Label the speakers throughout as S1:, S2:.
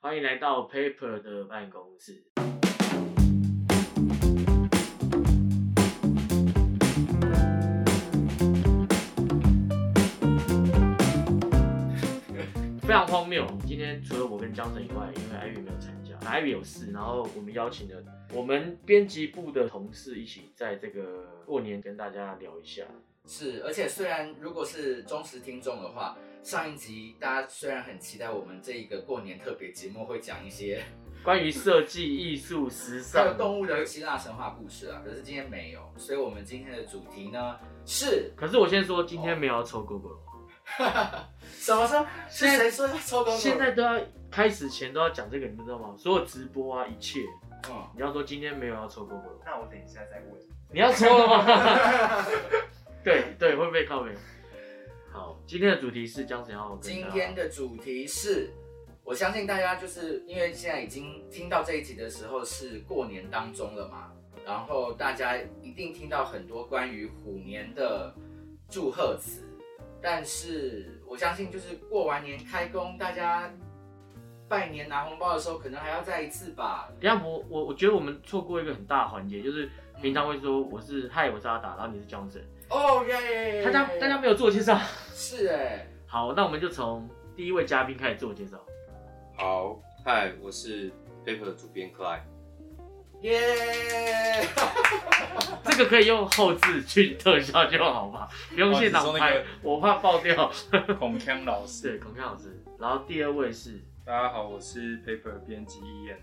S1: 欢迎来到 Paper 的办公室。 非常荒谬！今天除了我跟江辰以外，因为艾玉没有参加，艾玉有事，然后我们邀请了我们编辑部的同事一起在这个过年跟大家聊一下。
S2: 是，而且虽然如果是忠实听众的话，上一集大家虽然很期待我们这一个过年特别节目会讲一些
S1: 关于设计、艺术、时
S2: 还有
S1: 尚，
S2: 动物的希腊神话故事啊，可是今天没有，所以我们今天的主题呢是
S1: 可是我先说，今天没有要抽狗狗。
S2: 什么时候？是
S1: 现在
S2: 谁说要抽公主？
S1: 现在都要开始前都要讲这个，你们知道吗？所有直播啊，一切
S2: 嗯，
S1: 你要说今天没有要抽 GoGo，
S3: 那我等一下再问。
S1: 你要抽了吗？ 对对，会被靠背。好，今天的主题是江晨要跟大家
S2: 今天的主题是，我相信大家就是因为现在已经听到这一集的时候是过年当中了嘛，然后大家一定听到很多关于虎年的祝贺词，但是我相信就是过完年开工，大家拜年拿红包的时候，可能还要再一次吧。
S1: 等一下我我我觉得我们错过一个很大的环节，就是平常会说我是嗨，我是阿达，然后你是江晨，
S2: 哦耶！
S1: 大家大家没有自我介绍。
S2: 是哎、
S1: 好，那我们就从第一位嘉宾开始自我介绍。
S3: 好，嗨，我是 Paper 的主编 c l i
S2: 耶、
S1: 这个可以用后置去特效就好吧，不用现场
S4: 哦你说
S1: 拍
S4: 那个，
S1: 我怕爆掉。
S4: 孔锵老师，
S1: 对，孔锵老师。然后第二位是，
S4: 大家好，我是 Paper 编辑一燕，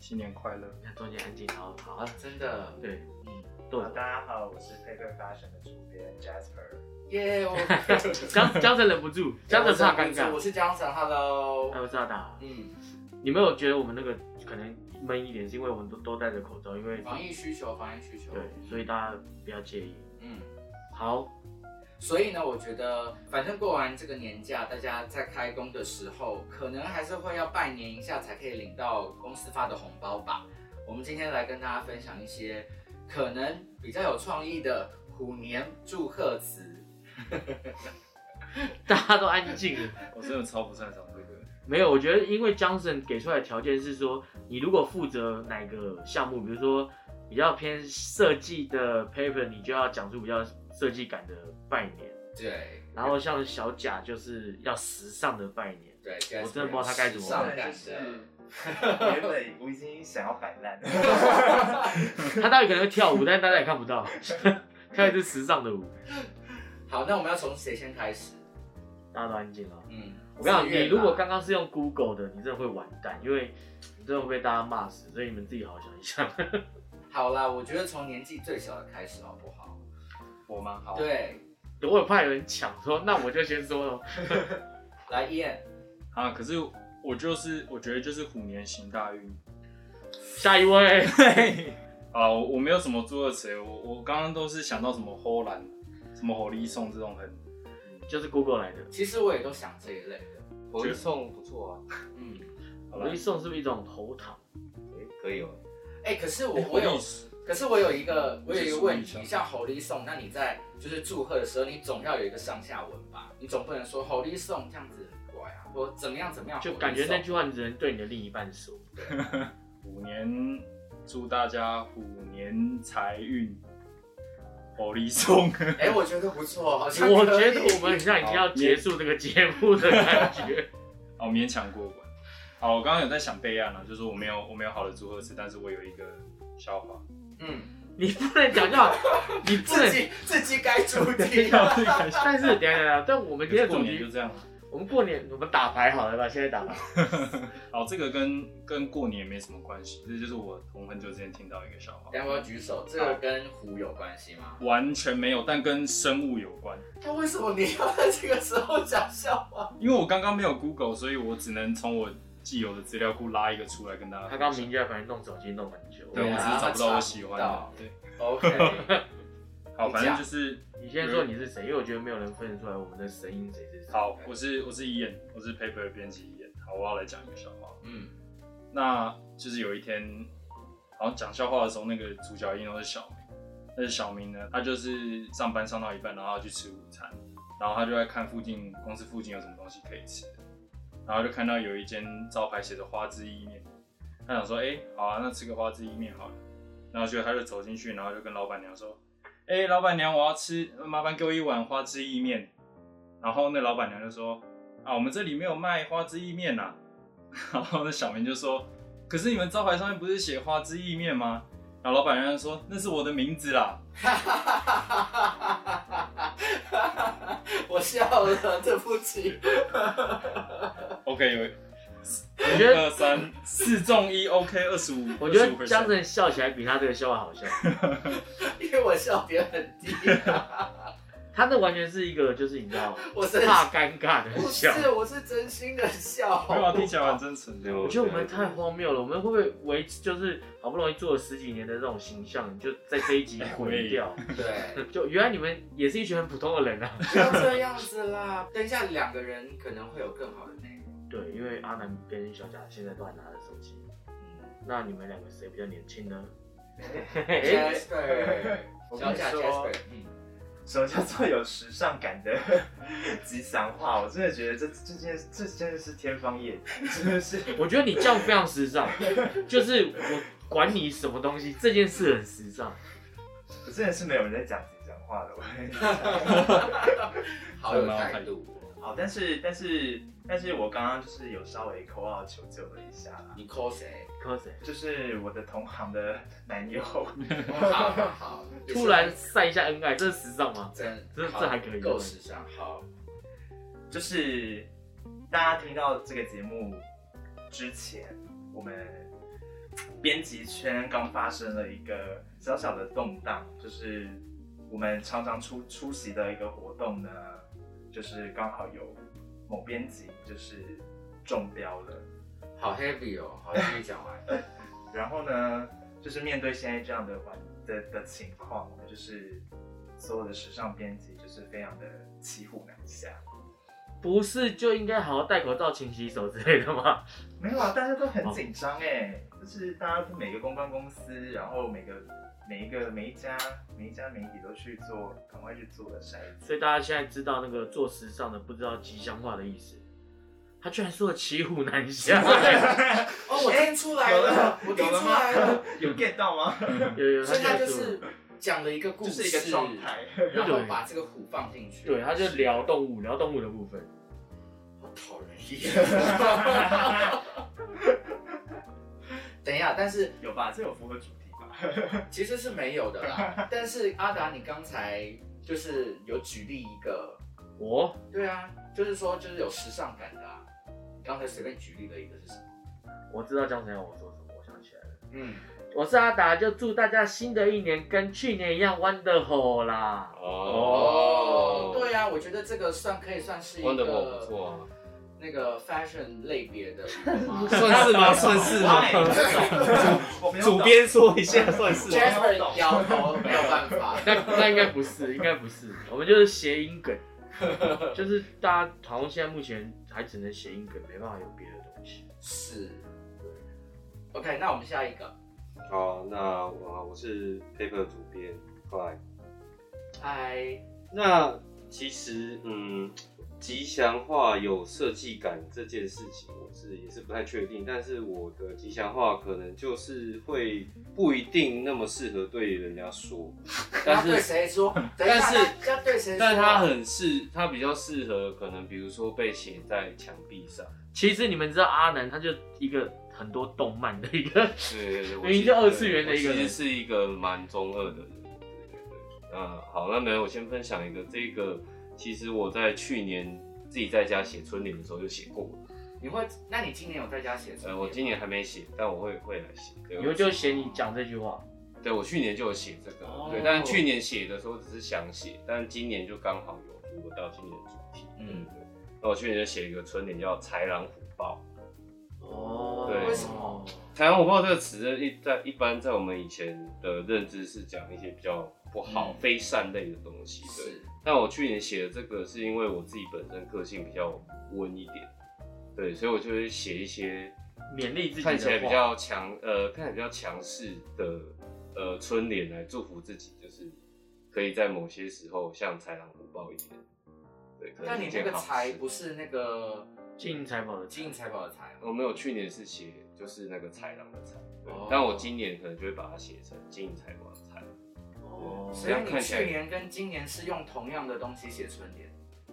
S4: 新年快乐！
S1: 你看中间安静，好好啊，
S2: 真的
S1: 对，嗯
S2: 嗯，
S1: 对。
S3: 大家好，我是 Paper Fashion 的主编 Jasper。
S2: 耶！哦我
S1: 江江晨忍不住，江晨怕尴
S2: 我
S1: 尬。
S2: 是江晨，Hello
S1: 还。有萨达，
S2: 嗯。
S1: 你们有觉得我们那个可能闷一点，是因为我们都都戴着口罩，因为
S2: 防疫需求，防疫需求。
S1: 对，所以大家不要介意。
S2: 嗯，
S1: 好，
S2: 所以呢，我觉得反正过完这个年假，大家在开工的时候，可能还是会要拜年一下才可以领到公司发的红包吧。我们今天来跟大家分享一些可能比较有创意的虎年祝贺词。
S1: 大家都安静了。
S4: 我真的超不擅长这个，
S1: 没有，我觉得因为江神给出来的条件是说，你如果负责哪个项目，比如说比较偏设计的 paper，你就要讲出比较设计感的拜年。
S2: 对
S1: 然后像小贾就是要时尚的拜年，
S2: 对，
S1: 我真的不知道他该怎么办
S2: 上感的。
S3: 原本我已经想要摆烂了，
S1: 他到底可能会跳 舞，但大家也看不到， 跳一支时尚的舞，
S2: 好，那我们要从谁先开始？
S1: 大家都安静了。
S2: 嗯，
S1: 我跟你讲，
S2: 自愿
S1: 你如果
S2: 吧
S1: 刚刚是用 Google 的，你真的会完蛋，因为你真的会被大家骂死，所以你们自己好好想一想。
S2: 好啦，我觉得从年纪最小的开始好不好？
S3: 我蛮好。，
S2: 对，
S1: 我也怕有人抢说，那我就先说了。
S2: 来燕，
S4: 啊，可是我就是我觉得就是虎年行大运。
S1: 下一 位，
S4: 啊，我我没有什么祝贺词，我我刚刚都是想到什么呼兰、什么火力送这种很
S1: 就是 Google 来的。
S2: 其实我也都想这一类的。
S3: 我一送不错啊。
S2: 嗯，
S4: 好
S1: 我
S4: 了
S1: 一。送是不是一种喉糖？
S3: 诶可以哦。
S2: 哎、可是我
S4: 哎
S2: 我有
S4: 火力，是
S2: 可是我有一个我有一个问
S4: 这是什么
S2: 题，
S4: 意思啊
S2: 像猴力送，那你在就是祝贺的时候，你总要有一个上下文吧？你总不能说猴力送这样子很怪啊，或怎么样怎么样，
S1: 就
S2: 猴力
S1: 感觉那
S2: 送
S1: 句话你只能对你的另一半说。
S4: 虎年祝大家虎年财运火力送。
S2: 哎、我觉得不错，好像
S1: 我
S2: 可
S1: 觉
S2: 以
S1: 得我们很像已经要结束这个节目的感 觉。
S4: 哦，勉强过关。好，我刚刚有在想备案了，就是我没有我没有好的祝贺词，但是我有一个笑话。
S2: 嗯，
S1: 你不能讲就好，你不
S2: 自
S1: 能。
S2: 己自己改主题，
S4: 啊
S1: 但是等一下等一下，但我们今天的
S4: 过
S1: 主
S4: 年就
S1: 题，
S4: 这样。
S1: 我们过年我们打牌好了吧？现在打牌。
S4: 好，这个跟跟过年没什么关系，这就是我从很久之前听到一个笑话，
S2: 等一下我要举手，这个跟虎有关系吗？
S4: 完全没有，但跟生物有关。
S2: 那为什么你要在这个时候讲笑话？
S4: 因为我刚刚没有 Google，所以我只能从我既有的资料库拉一个出来跟大家
S1: 他
S4: 分享。
S1: 刚名家反正弄手机弄很久。
S4: 对，
S2: 对
S4: 我
S2: 啊
S4: 只是找不到我喜欢
S2: 他查
S4: 的
S2: 不到。
S4: 对，
S2: OK，
S4: 好，
S2: 你
S4: 反正
S2: 讲
S4: 就是
S1: 你先说你是谁，因为我觉得没有人分得出来我们的声音谁是谁。
S4: 好，我是我是伊眼，我是 Paper 的编辑伊眼。好，我要来讲一个笑话。
S2: 嗯，
S4: 那就是有一天，好像讲笑话的时候，那个主角一定都是小明。但是小明呢，他就是上班上到一半，然后他去吃午餐，然后他就在看附近公司附近有什么东西可以吃的。然后就看到有一间招牌写着花枝意面，他想说，哎、好啊，那吃个花枝意面好了。然后就他就走进去，然后就跟老板娘说，哎、老板娘，我要吃，麻烦给我一碗花枝意面。然后那老板娘就说，啊，我们这里没有卖花枝意面呐、 然后那小明就说，可是你们招牌上面不是写花枝意面吗？然后老板娘就说，那是我的名字啦。
S2: 我笑了，对不起。
S4: OK，有
S1: 我觉
S4: 一 二
S1: 得，
S4: 三四中一 OK，二十五，
S1: 我觉
S4: 25%
S1: 得江辰笑起来比他这个笑话好笑。
S2: 因为我笑点很低、
S1: 他那完全是一个，就是你知 道，
S2: 我是
S1: 怕尴尬的
S2: 不
S1: 笑。
S2: 是，我是真心的笑。
S4: 没有啊听起来蛮真诚的。
S1: 我觉得我们太荒谬了，我们会不会维持就是好不容易做了十几年的这种形象，就在这一集毁 掉？
S2: 对，
S1: 就原来你们也是一群很普通的人啊。
S2: 不要这样子啦。等一下两个人可能会有更好的内容。
S1: 对，因为阿南跟小贾现在都还拿着手机，那你们两个谁比较年轻 呢？哎
S2: Jasper，
S5: 我跟
S2: 小
S5: 你
S2: 贾
S5: 说
S2: Jasper，嗯，
S5: 什么叫做有时尚感的吉祥话？我真的觉得这这件这真的是天方夜谭，真的是。
S1: 我觉得你这样非常时 尚，就是我管你什么东西，这件事很时尚。
S5: 我真的是没有人在讲吉祥话的。我
S2: 好有态度。
S5: 好，但是但是但是我刚刚就是有稍微口号求救了一下啦，
S2: 你 call 谁？
S1: 科谁？
S5: 就是我的同行的男友，
S2: 好好好，
S1: 突然晒一下恩爱，这是时尚吗？
S2: 真
S1: 这
S2: 好
S1: 这还可以
S2: 够时尚。好，
S5: 就是大家听到这个节目之前，我们编辑圈刚发生了一个小小的动荡，就是我们常常出出席的一个活动呢，就是刚好有某编辑就是中标了。
S2: 好 heavy 哦，好，继续讲 完。
S5: 然后呢，就是面对现在这样的环的的情况，我们就是所有的时尚编辑就是非常的骑虎难下。
S1: 不是就应该好好戴口罩、勤洗手之类的吗？
S5: 没有啊，大家都很紧张哎，就是大家每个公关公司，然后每个每一个每一家每一家媒体都去做，赶快去做了筛子。
S1: 所以大家现在知道那个做时尚的不知道吉祥话的意思，他居然说了骑虎难 下。
S2: 哦，我听出来了，我听
S5: 有了
S2: 出来了
S5: 吗，？有 get 到 吗？
S1: 有有，
S2: 所以他
S1: 现在
S2: 就
S1: 说
S2: 是讲了一个故
S5: 就
S2: 事，
S5: 是一个状态。
S2: 然后把这个虎放进去。
S1: 对，他就聊动物，聊动物的部分。
S2: 好讨人厌。 等一下，但是
S5: 有吧？这有符合主题吧？
S2: 其实是没有的啦。但是阿达，你刚才就是有举例一个，
S1: 我
S2: 对啊，就是说就是有时尚感的、啊。刚才随便举例的一个是什么？
S1: 我知道江晨要我说什么，我想起来了。
S2: 嗯，
S1: 我是阿达，就祝大家新的一年跟去年一样 wonderful 啦。
S3: 哦，
S2: 对啊，我觉得这个算可以算是一
S3: w o n d e r f u l 不
S2: 个
S3: 错啊，
S2: 那个 fashion 类别的一个吗
S3: 算是吗？算是
S5: 啊
S3: 吗？
S5: 我没有
S3: 主
S5: 懂
S3: 编说一下，算 是吗？
S2: ？Jasper 摇 头，没有办法。
S1: 那那应该不是，应该不是，我们就是谐音 梗，就是大家好像现在目前还只能谐音梗，没办法有别的东西。
S2: 是。OK，那我们下一个。
S3: 好，那我我是 paper 主编 c l
S2: 嗨，
S3: 那其实，嗯，吉祥话有设计感这件事情，我是也是不太确定。但是我的吉祥话可能就是会不一定那么适合对人家说，
S2: 要
S3: 但
S2: 对
S3: 是
S2: 谁说？等一
S3: 但
S2: 下
S3: 是
S2: 那要对谁说？
S3: 但它很适，它比较适合可能比如说被写在墙壁上。
S1: 其实你们知道阿南，他就一个很多动漫的一个，
S3: 对对对，我
S1: 明明
S3: 其
S1: 就
S3: 实
S1: 二次元的一个
S3: 我其
S1: 人
S3: 实是一个蛮中二的人。对对对，嗯，好，那没有，我先分享一个，这个其实我在去年自己在家写春联的时候就写过了。
S2: 你会？那你今年有在家写作业
S3: 呃，
S2: 吗？
S3: 我今年还没写，但我会会来写。对，
S1: 以后就写你讲这句话。
S3: 对我去年就有写这个，
S2: 哦
S3: 对，但去年写的时候只是想写，但今年就刚好有符合到今年的主题。
S2: 嗯
S3: 嗯，对。那我去年就写一个春联叫“豺狼虎豹
S1: 哦
S3: 对
S2: 为什么？”。
S3: 豺狼虎豹这个词一在一般在我们以前的认知是讲一些比较不好、
S2: 嗯
S3: 非善类的东西。对。
S2: 是
S3: 但我去年写的这个是因为我自己本身个性比较温一点，对，所以我就会写一些
S1: 勉励自己的话
S3: 看起来比较强，呃，看起来比较强势的呃春联来祝福自己，就是可以在某些时候像豺狼虎豹一样，对，可
S2: 那
S3: 能是
S2: 你
S3: 一
S2: 那
S3: 件
S2: 个
S3: 好
S2: 才
S3: 事。
S2: 不是那个
S1: 金银财宝的
S2: 金银财宝的财
S3: 我没有去年是写就是那个豺狼的豺，对
S2: 哦
S3: 但我今年可能就会把它写成金银财宝的财，
S1: 哦
S2: 所以
S3: 这样
S2: 你
S3: 啊看起来
S2: 去年跟今年是用同样的东西写春联，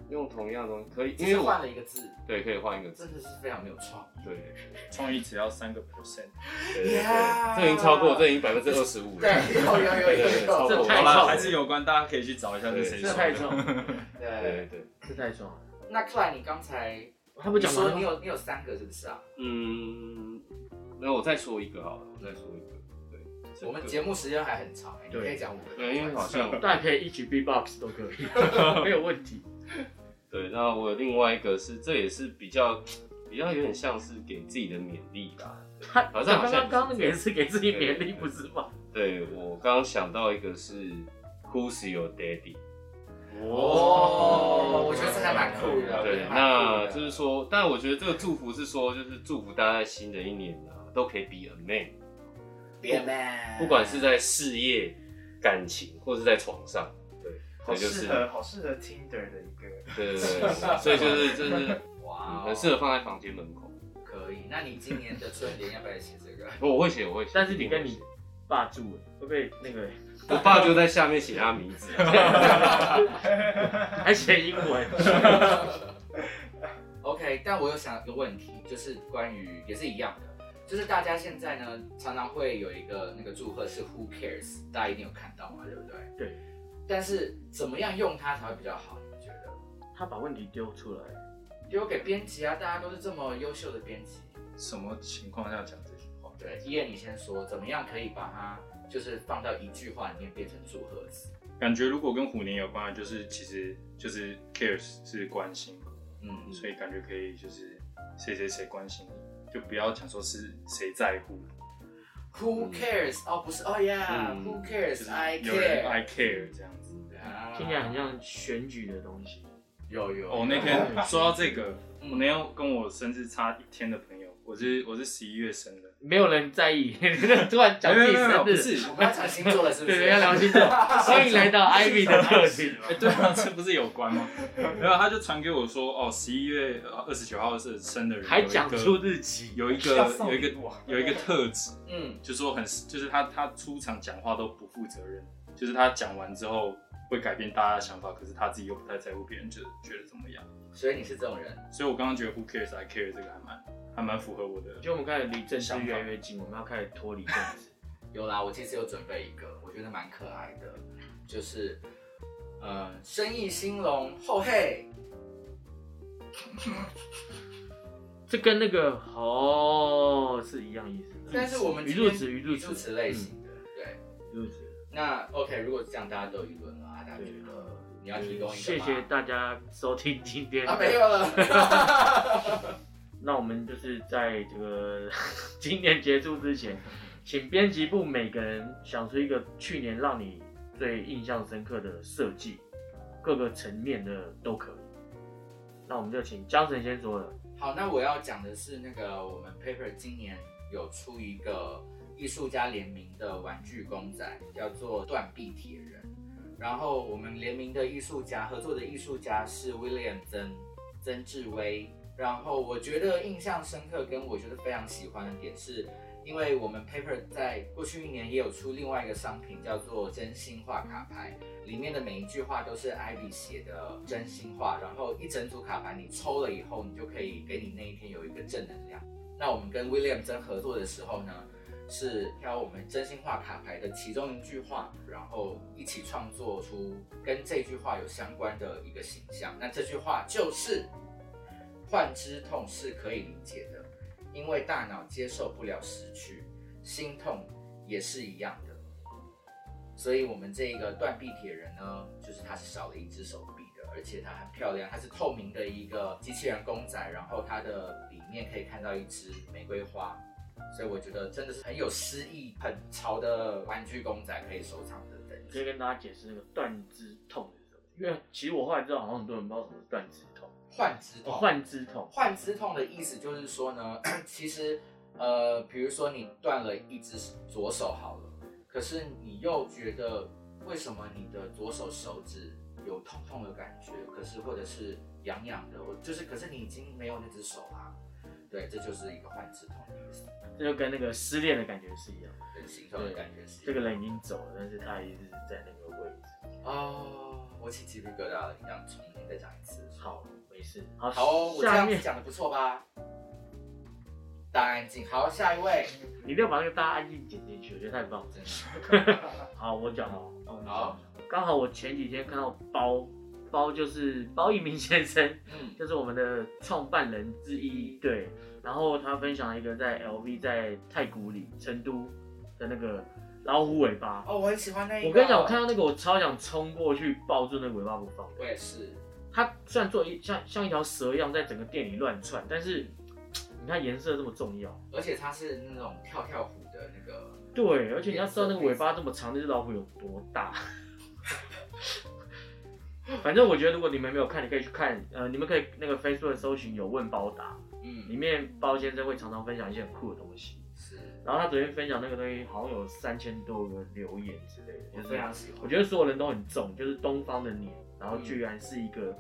S3: 用同样的东西可以，
S2: 只
S3: 因为
S2: 是
S3: 我
S2: 换了一个字，
S3: 对可以换一个字，
S2: 真的是非常没有创意。
S3: 对对
S4: 创意只要三个 percent，
S3: 对对，
S2: Yeah
S3: 这已经超过，这已经百分之二十五了，
S2: 对，有有有
S3: 对
S2: 有
S3: 超 过
S1: 这
S2: 有，
S1: 太重了
S4: 好啦，还是有关，大家可以去找一下是谁
S3: 对
S1: 这
S4: 说
S1: 太
S4: 的。
S1: 重了，
S3: 对对
S2: 对。
S3: 对，
S1: 这太重了。
S2: 那 Clay，你刚才
S1: 他不
S2: 你
S1: 讲
S2: 说
S1: 完
S2: 你
S1: 了吗，
S2: 有你有三个是不是啊？
S3: 嗯，那我再说一个好了，我再说一个，对，这个
S2: 我们节目时间还很长哎，你
S1: 对
S2: 可以讲五个。
S3: 对，因啊为好像
S1: 大家可以一起 B-box 都可 以，没有问题。
S3: 对，那我有另外一个是，这也是比较比较有点像是给自己的勉励吧。
S1: 他
S3: 好像好
S1: 刚
S3: 像
S1: 刚刚那个也是给自己勉励，不是吗？
S3: 对我刚刚想到一个是 Who's Your Daddy？
S2: 哦，我觉得这还蛮酷的。
S3: 对，那就是说，但我觉得这个祝福是说，就是祝福大家在新的一年啊，都可以 be a man，
S2: 别 man，
S3: 不管是在事业、感情，或是在床上。对，
S5: 好
S3: 这就
S5: 适
S3: 是
S5: 合好适合 Tinder 的一个，
S3: 对对对对，所以就 是就是
S2: 哇哦，
S3: 嗯很适合放在房间门口。
S2: 可以。那你今年的春联要不要写这个？
S3: 我会写，我会写，
S1: 但是
S3: 一定
S1: 你跟
S3: 会
S1: 你
S3: 写
S1: 霸住了，会不会那 个
S3: 我爸就在下面写他名字。
S1: 还写英 文？
S2: OK，但我有想一个问题，就是关于也是一样的，就是大家现在呢常常会有一个那个祝贺是 Who cares，大家一定有看到嘛，对不对？
S1: 对。
S2: 但是怎么样用它才会比较好？你们觉得？
S1: 他把问题丢出来，
S2: 丢给编辑啊，大家都是这么优秀的编辑。
S4: 什么情况下讲这句话？
S2: 对，依燕你先说，怎么样可以把它就是放到一句话里面变成祝贺词？
S4: 感觉如果跟虎年有关，就是其实就是 cares 是关心嘛，
S2: 嗯，
S4: 所以感觉可以就是谁谁谁关心你，就不要讲说是谁在乎，
S2: Who cares？、哦，不是，哦呀、
S3: 嗯
S2: w h o
S4: 就是
S2: cares？I
S4: 有人
S2: care。
S4: I care 这样子。
S1: 嗯
S2: 啊
S1: 听起来很像选举的东西。
S2: 有有。
S4: 哦，那天说到这个，
S2: 嗯
S4: 我那天跟我生日差一天的朋友，我是我是十一月生的，
S1: 没有人在 意，突然讲自己
S4: 没有没有没有
S1: 生
S4: 不
S1: 日，
S4: 是
S2: 我们要讲星座了，是不
S1: 对
S2: 是？
S1: 对，要聊星座。欢迎来到 Ivy 的特辑。
S4: 哎、对啊， 这不是有关吗？没有，他就传给我说，哦，十一月二十九号是生的人，
S1: 还
S4: 有一个
S1: 讲出日期，
S4: 有一个
S5: 要送
S4: 有一个
S5: 礼物啊
S4: 有一个特质，
S2: 嗯，
S4: 就说很就是他他出场讲话都不负责任，就是他讲完之后会改变大家的想法，可是他自己又不太在乎别人觉得觉得怎么样，
S2: 所以你是这种人，
S4: 所以我刚刚觉得 who cares I care 这个还蛮还蛮符合我的
S1: 我觉得我们开始离正式越来越近，我们要开始脱离政治。
S2: 有啦，我这次有准备一个，我觉得蛮可爱的，就是，呃，生意兴隆，后嘿，
S1: 这跟那个哦是一样意思的。
S2: 但是我们
S1: 语
S2: 今
S1: 助
S2: 天
S1: 词，语助
S2: 语
S1: 词，
S2: 助词类型的，对。
S1: 嗯，语助词。
S2: 那 OK，如果这样大家都舆论了啊，大家觉得你要提供一个
S1: 嗯谢谢大家收听今天的
S2: 啊，没有了。
S1: 那我们就是在这个 今年结束之前，请编辑部每个人想出一个去年让你最印象深刻的设计，各个层面的都可以。那我们就请江神先说了，
S2: 好，那我要讲的是那个我们 Paper 今年有出一个艺术家联名的玩具公仔，叫做断臂铁人。然后我们联名的艺术家合作的艺术家是 William 曾曾志威。然后我觉得印象深刻跟我觉得非常喜欢的点是，因为我们 Paper 在过去一年也有出另外一个商品叫做真心话卡牌，里面的每一句话都是 Ivy 写的真心话，然后一整组卡牌你抽了以后，你就可以给你那一天有一个正能量。那我们跟 William 真合作的时候呢，是挑我们真心话卡牌的其中一句话，然后一起创作出跟这句话有相关的一个形象。那这句话就是“患之痛是可以理解的，因为大脑接受不了失去，心痛也是一样的。”所以我们这个断臂铁人呢，就是它是少了一只手臂的，而且它很漂亮，它是透明的一个机器人公仔，然后它的里面可以看到一只玫瑰花，所以我觉得真的是很有诗意、很潮的玩具公仔可以收藏的等
S1: 直接
S2: 级。
S1: 跟大家解释那个断肢痛是什么。因为其实我后来知道，好像很多人不知道什么是断肢痛，
S2: 幻之
S1: 哦
S2: 痛，
S1: 幻肢痛，
S2: 幻肢痛的意思就是说呢， 其实呃，比如说你断了一只左手好了，可是你又觉得为什么你的左手手指有痛痛的感觉，可是或者是痒痒的，我就是，可是你已经没有那只手啦、对，这就是一个换刺痛的意思，
S1: 这就跟那个失恋的感觉是一样，
S2: 跟心痛的感觉是一
S1: 这
S2: 样
S1: 个人已经走了，但是他一直在那个位置。
S2: 哦，我起鸡皮疙瘩了，你想重新再讲一次。
S1: 好，没事。好，
S2: 好哦，我这
S1: 下
S2: 样子
S1: 面
S2: 讲的不错吧？大安静，好，下一位，
S1: 你一定要把那个大家安静剪进去，我觉得太棒了。
S2: 真的
S1: 好，我讲哦。
S2: 好，
S1: 刚好我前几天看到包包，就是包一鸣先生，
S2: 嗯，
S1: 就是我们的创办人之一，对。然后他分享一个在 LV 在太古里成都的那个老虎尾巴，
S2: 哦，我很喜欢那一个。
S1: 我跟你讲，我看到那个我超想冲过去抱住那个尾巴不放
S2: 我。也是，
S1: 它虽然做一像像一条蛇一样在整个店里乱窜，但是你看颜色这么重要，
S2: 而且它是那种跳跳虎的那个，
S1: 对，而且你要知道那个尾巴这么长，那只老虎有多大。 反正我觉得，如果你们没有看，你可以去看，呃，你们可以那个 Facebook 搜寻有问包达，里
S2: 嗯，
S1: 面包先生会常常分享一些很酷的东西。
S2: 是，
S1: 然后他昨天分享那个东西，好像有三千多个留言之类的，
S2: 我
S1: 就是
S2: 非常喜欢。
S1: 我觉得所有人都很重，就是东方的脸，然后居然是一个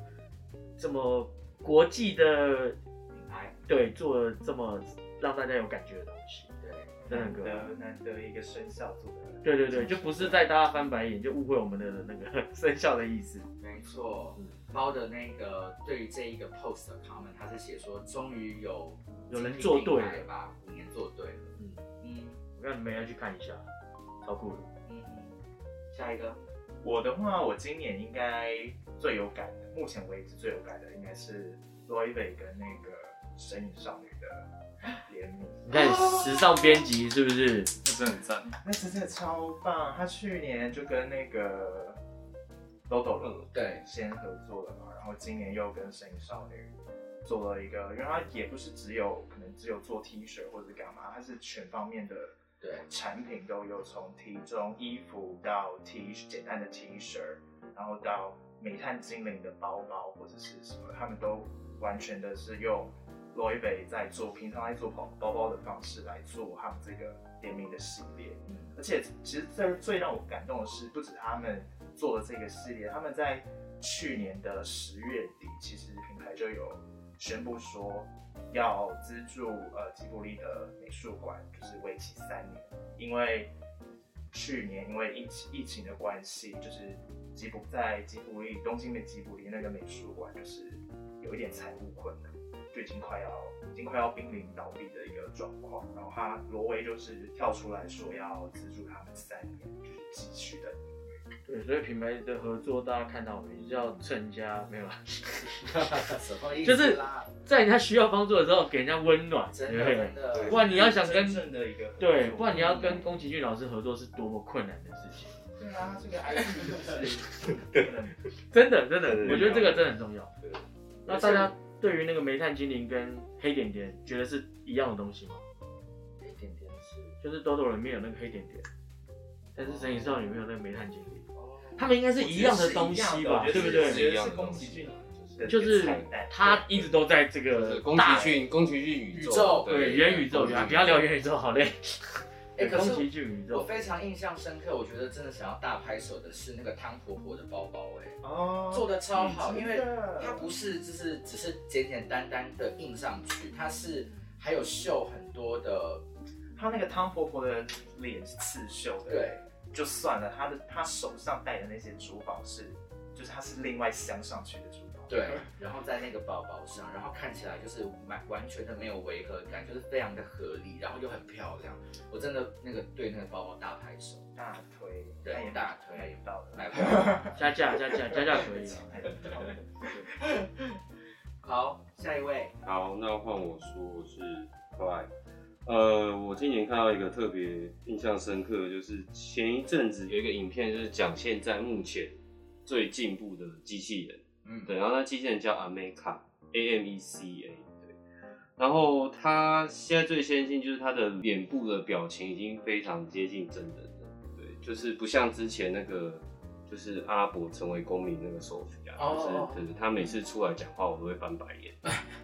S1: 这么国际的，
S2: 品牌，
S1: 对，做了这么让大家有感觉的东西，
S2: 对，
S1: 真的
S5: 难
S1: 很可爱。
S5: 得难得一个生肖做的，
S1: 对对对，就不是在大家翻白眼，就误会我们的那个 生肖的意思。
S2: 没错
S1: 嗯。
S2: 包的那个对于这一个 post 的 comment，他是写说，终于有
S1: 有人做对了
S2: 精品品牌吧，五年做对了。
S1: 嗯
S2: 嗯
S1: 我让你们要去看一下，超酷的。
S2: 嗯嗯，下一个，
S5: 我的话，我今年应该最有感的，目前为止最有感的应该是 Louis V 跟那个神隐少女的联名，
S1: 你看时尚编辑是不是？
S4: 那真的很赞。
S5: 那真的超棒。他去年就跟那个 Dodo 了
S2: 对，
S5: 先合作了嘛，然后今年又跟神隐少女做了一个，因为它也不是只有可能只有做 T 恤或者干嘛，它是全方面的
S2: 对
S5: 产品都有，从 T 中衣服到 T 恤简单的 T 恤，然后到煤炭精灵的包包或者是什么，他们都完全的是用 l o e v 在做平常在做包包包的方式来做他们这个联名的系列。
S2: 嗯
S5: 而且其实最最让我感动的是，不止他们做了这个系列，他们在去年的十月底，其实品牌就有宣布说要资助呃吉卜力的美术馆，就是为期三年，因为去年因为疫情疫情的关系，就是吉卜在吉卜力东京的吉卜力那个美术馆就是有一点财务困难。就已经快要已经快要濒临倒闭的一个状况。然后他罗威就是跳出来说要资助他们三年，就是继续的。
S1: 对，所以品牌的合作，大家看到没？就是要趁人家没有啦，
S2: 什么意
S1: 就是
S2: 思啦？
S1: 在人家需要帮助的时候给人家温暖，
S2: 真
S1: 对
S2: 的
S1: 不对
S2: 真的
S1: 不，然你要想跟
S5: 真正的一个合作
S1: 对，不然你要跟宫崎骏老师合作是多么困难的事情。
S5: 对啊，这个 IP 就是不能
S1: 真的，真的
S3: 对对，对
S1: 我觉得这个真的很重要
S3: 对。
S1: 那大家对于那个煤炭精灵跟黑点点，觉得是一样的东西吗？
S2: 一点点是。
S1: 就是 Dodo 里面有那个黑点点，但是神隐少女没有那个煤炭精灵，
S2: 哦
S1: 他们应该是一样的东西吧，
S5: 我觉
S1: 对不
S5: 得是
S1: 对？
S5: 觉得是宫崎骏 的
S1: 就是
S5: 彩蛋
S1: 他一直都在这
S3: 就是
S1: 个
S3: 宫崎
S1: 大
S3: 骏，宫崎骏宇
S2: 宇宙
S1: 对元宇宙，啊
S3: 宫崎骏
S1: 不要聊元宇宙，好累。
S2: 哎可
S1: 宫
S2: 是
S1: 崎骏宇
S2: 我
S1: 宙，
S2: 非常印象深刻，我觉得真的想要大拍手的是那个汤婆婆的包包、哎，
S5: 哦
S2: 做的超好，因为它
S5: 它
S2: 不是就是只是简简单单的印上去，它是还有绣很多的，
S5: 他那个汤婆婆的脸是刺绣的，
S2: 对，
S5: 就算了，他的他手上戴的那些珠宝是，就是他是另外镶上去的珠宝，
S2: 对，然后在那个包包上，然后看起来就是蛮完全的没有违和感，就是非常的合理，然后又很漂亮，我真的那个对那个包包大拍手，
S5: 大推，
S2: 对
S5: 他也
S2: 大推
S5: 他也到了，
S2: 买吧。
S1: 加价加价加价可以啊。
S5: 他也到了
S2: 好，下一位，
S3: 好，那换我说，我是 Fly。呃，我今年看到一个特别印象深刻的，就是前一阵子有一个影片，就是讲现在目前最进步的机器人。
S2: 嗯，
S3: 对，然后那机器人叫 Ameca，A M E C A，对。然后它现在最先进就是它的脸部的表情已经非常接近真人了，对，就是不像之前那个就是阿拉伯成为公民那个 Sophia，、
S2: 哦
S3: 就是就是他每次出来讲话我都会翻白眼，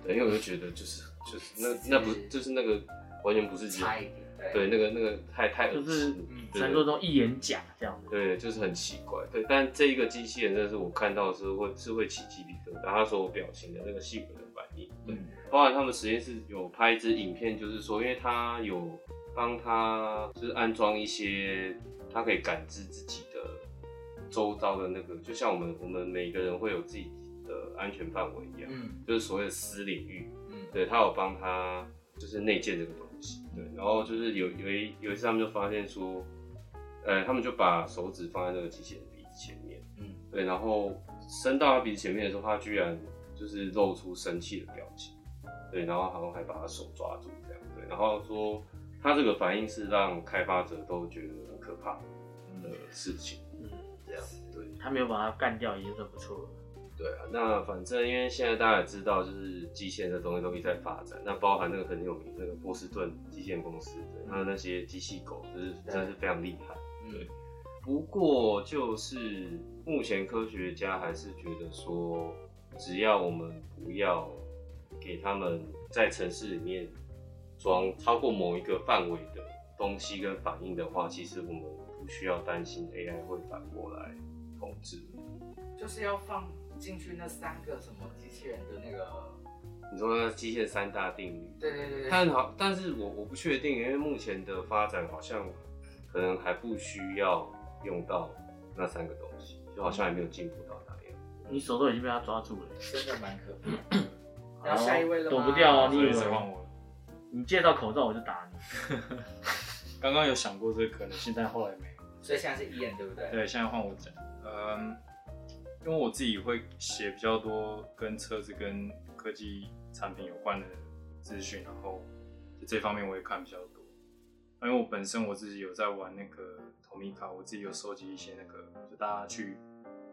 S3: 对，因为我就觉得就是就是那那不就是那个完全不是人
S2: 差一点，
S3: 对，
S2: 对
S3: 那个那个太太
S1: 就
S3: 恶
S1: 是
S3: 心了，
S1: 嗯
S3: 对
S1: 传说中一眼假这样子。
S3: 对，就是很奇怪。对，但这一个机器人真的是我看到是会是会起鸡皮疙瘩，他所有表情的那个细微的反应。对，
S1: 嗯
S3: 包含他们实验室有拍一支影片，就是说，因为他有帮他就是安装一些他可以感知自己的周遭的那个，就像我们我们每个人会有自己的安全范围一样，
S2: 嗯
S3: 就是所谓的私领域。
S2: 嗯
S3: 对他有帮他就是内建这个东西，对，然后就是有有一有一次他们就发现说，呃，他们就把手指放在那个机器人鼻子前面，
S2: 嗯，
S3: 对，然后伸到他鼻子前面的时候，他居然就是露出生气的表情，对，然后好像还把他手抓住这样，对，然后说他这个反应是让开发者都觉得很可怕的事情，
S1: 嗯，
S3: 这样，对。
S1: 他没有把它干掉已经算不错了。
S3: 对啊，那反正因为现在大家也知道，就是机械的东西都一直在发展，那包含那个很有名那个波士顿机械公司，对，还有那些机器狗，就是真的是非常厉害。
S2: 嗯
S3: 不过就是目前科学家还是觉得说，只要我们不要给他们在城市里面装超过某一个范围的东西跟反应的话，其实我们不需要担心 AI 会反过来统治我们。
S2: 就是要放进去那三个什么机器人的那个，
S3: 你说那机械三大定律，
S2: 对对对对，
S3: 但好，但是我我不确定，因为目前的发展好像可能还不需要用到那三个东西，就好像还没有进步到那样。
S1: 你手都已经被它抓住了，
S2: 真的蛮可怕的。然后下一位了吗
S1: 躲不掉啊！你
S4: 所
S1: 以
S4: 以才换
S1: 为
S4: 我了。
S1: 你介绍口罩我就打你？
S4: 刚刚有想过这个可能性，但后来没有。
S2: 所以现在是 Ian 对不对？
S4: 对，现在换我讲。嗯，因为我自己会写比较多跟车子跟科技产品有关的资讯，然后就这方面我也看比较多。因为我本身我自己有在玩那个 Tomica，我自己有收集一些那个，就大家去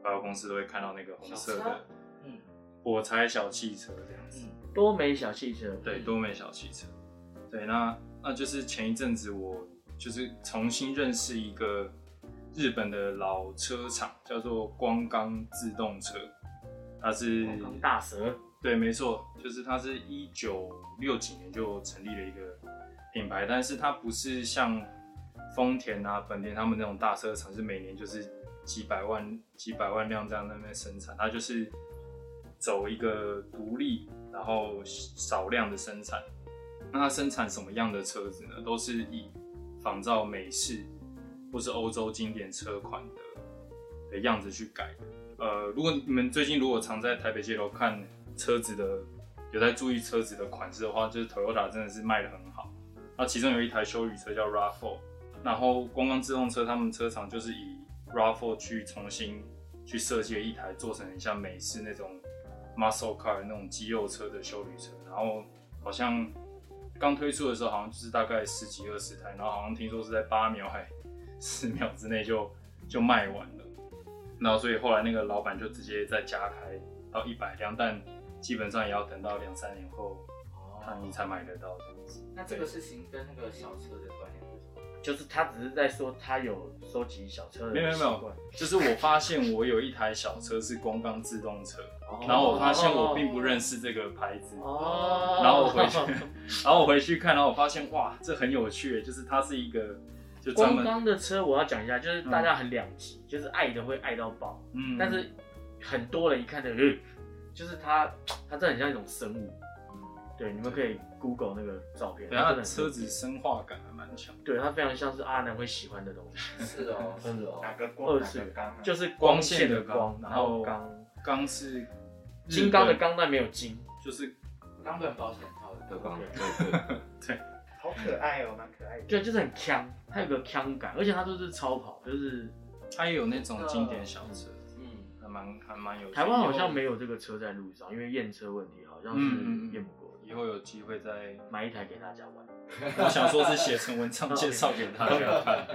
S4: 百货公司都会看到那个红色
S2: 小
S4: 的
S2: 车嗯
S4: 火柴小汽车这样子。
S2: 嗯
S1: 多美小汽车，
S4: 对，多美小汽车。对，那那就是前一阵子我就是重新认识一个日本的老车厂，叫做光冈自动车，它是
S1: 广冈大蛇，
S4: 对，没错，就是它是一九六几年就成立了一个品牌，但是它不是像丰田啊、本田他们那种大车厂，是每年就是几百万、几百万辆这样在那边生产，它就是走一个独立，然后少量的生产。那它生产什么样的车子呢？都是以仿照美式或是欧洲经典车款的的样子去改的。呃，如果你们最近如果常在台北街头看车子的，有在注意车子的款式的话，就是 Toyota 真的是卖的很好。那其中有一台修旅车叫 RAV4，然后光光自动车他们车厂就是以 RAV4 去重新去设计了一台，做成很像美式那种 muscle car 那种肌肉车的修旅车，然后好像刚推出的时候好像就是大概十几二十台，然后好像听说是在八秒还十秒之内就就卖完了。然后所以后来那个老板就直接再加开到一百辆，但基本上也要等到两三年后，他你
S2: 哦，
S4: 才买得到这样子。
S2: 那这个事情跟那个小车的关联是什么？
S1: 就是他只是在说他有收集小车的
S4: 没有没有没
S1: 习惯
S4: 有，就是我发现我有一台小车是光钢自动车，
S1: 哦
S4: 然后我发现我并不认识这个牌子，
S1: 哦，
S4: 然后我 回去， 然后我回去看，然后我发现哇，这很有趣，就是它是一个就专
S1: 光
S4: 门
S1: 刚的车我要讲一下，就是大家很两极，就是爱的会爱到爆，
S4: 嗯，
S1: 但是很多人一看就，呃就是它，它真的很像一种生物。对，你们可以 Google 那个照片，
S4: 对它
S1: 真
S4: 的
S1: 很
S4: 车子生化感还蛮强，
S1: 对它非常像是阿南会喜欢的东西，
S2: 是哦，是 哦，
S5: 哪个啊光
S1: 二
S5: 哪
S1: 次
S5: 个
S1: 元
S5: 刚？
S1: 就是
S4: 光
S1: 线
S4: 线
S1: 的
S4: 的嗯光，
S1: 然
S4: 然
S1: 后
S4: 后
S1: 钢
S4: 钢是
S1: 金刚的
S4: 日本，
S1: 钢，但没有金，
S4: 就是
S2: 冈本保险套
S3: 对
S2: 的，嗯
S3: 吧？
S1: OK
S3: 对对
S5: 好可爱哦，蛮可爱的。
S1: 对，就是很强，它有个强感，而且它都是超跑，就是
S4: 它也有那种经典小车，
S2: 嗯，
S4: 还蛮还蛮有趣。
S1: 台湾好像
S4: 以
S1: 没有这个车在路上，因为验车问题好像
S4: 嗯嗯
S1: 是
S4: 嗯
S1: 验不过的
S4: 后，以后有机会再，
S1: 买一台给大家玩。
S4: 我想说是写成文章介绍给大 家看。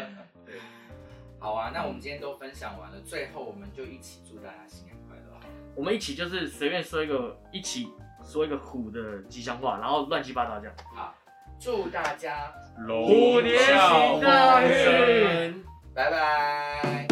S2: 好啊，那我们今天都分享完了，最后我们就一起祝大家新年快乐好了。
S1: 我们一起就是随便说一个，一起说一个虎的吉祥话，然后乱七八糟这样。
S2: 好，祝大家
S1: 虎年行大运。
S2: 拜拜。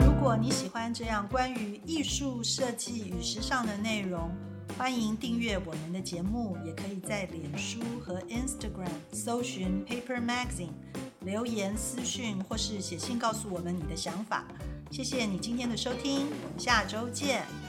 S6: 如果你喜欢这样享关于艺术设计与时尚的内容，欢迎订阅我们的节目，也可以在脸书和 Instagram 搜寻 Paper Magazine，留言私讯或是写信告诉我们你的想法。谢谢你今天的收听，我们下周见。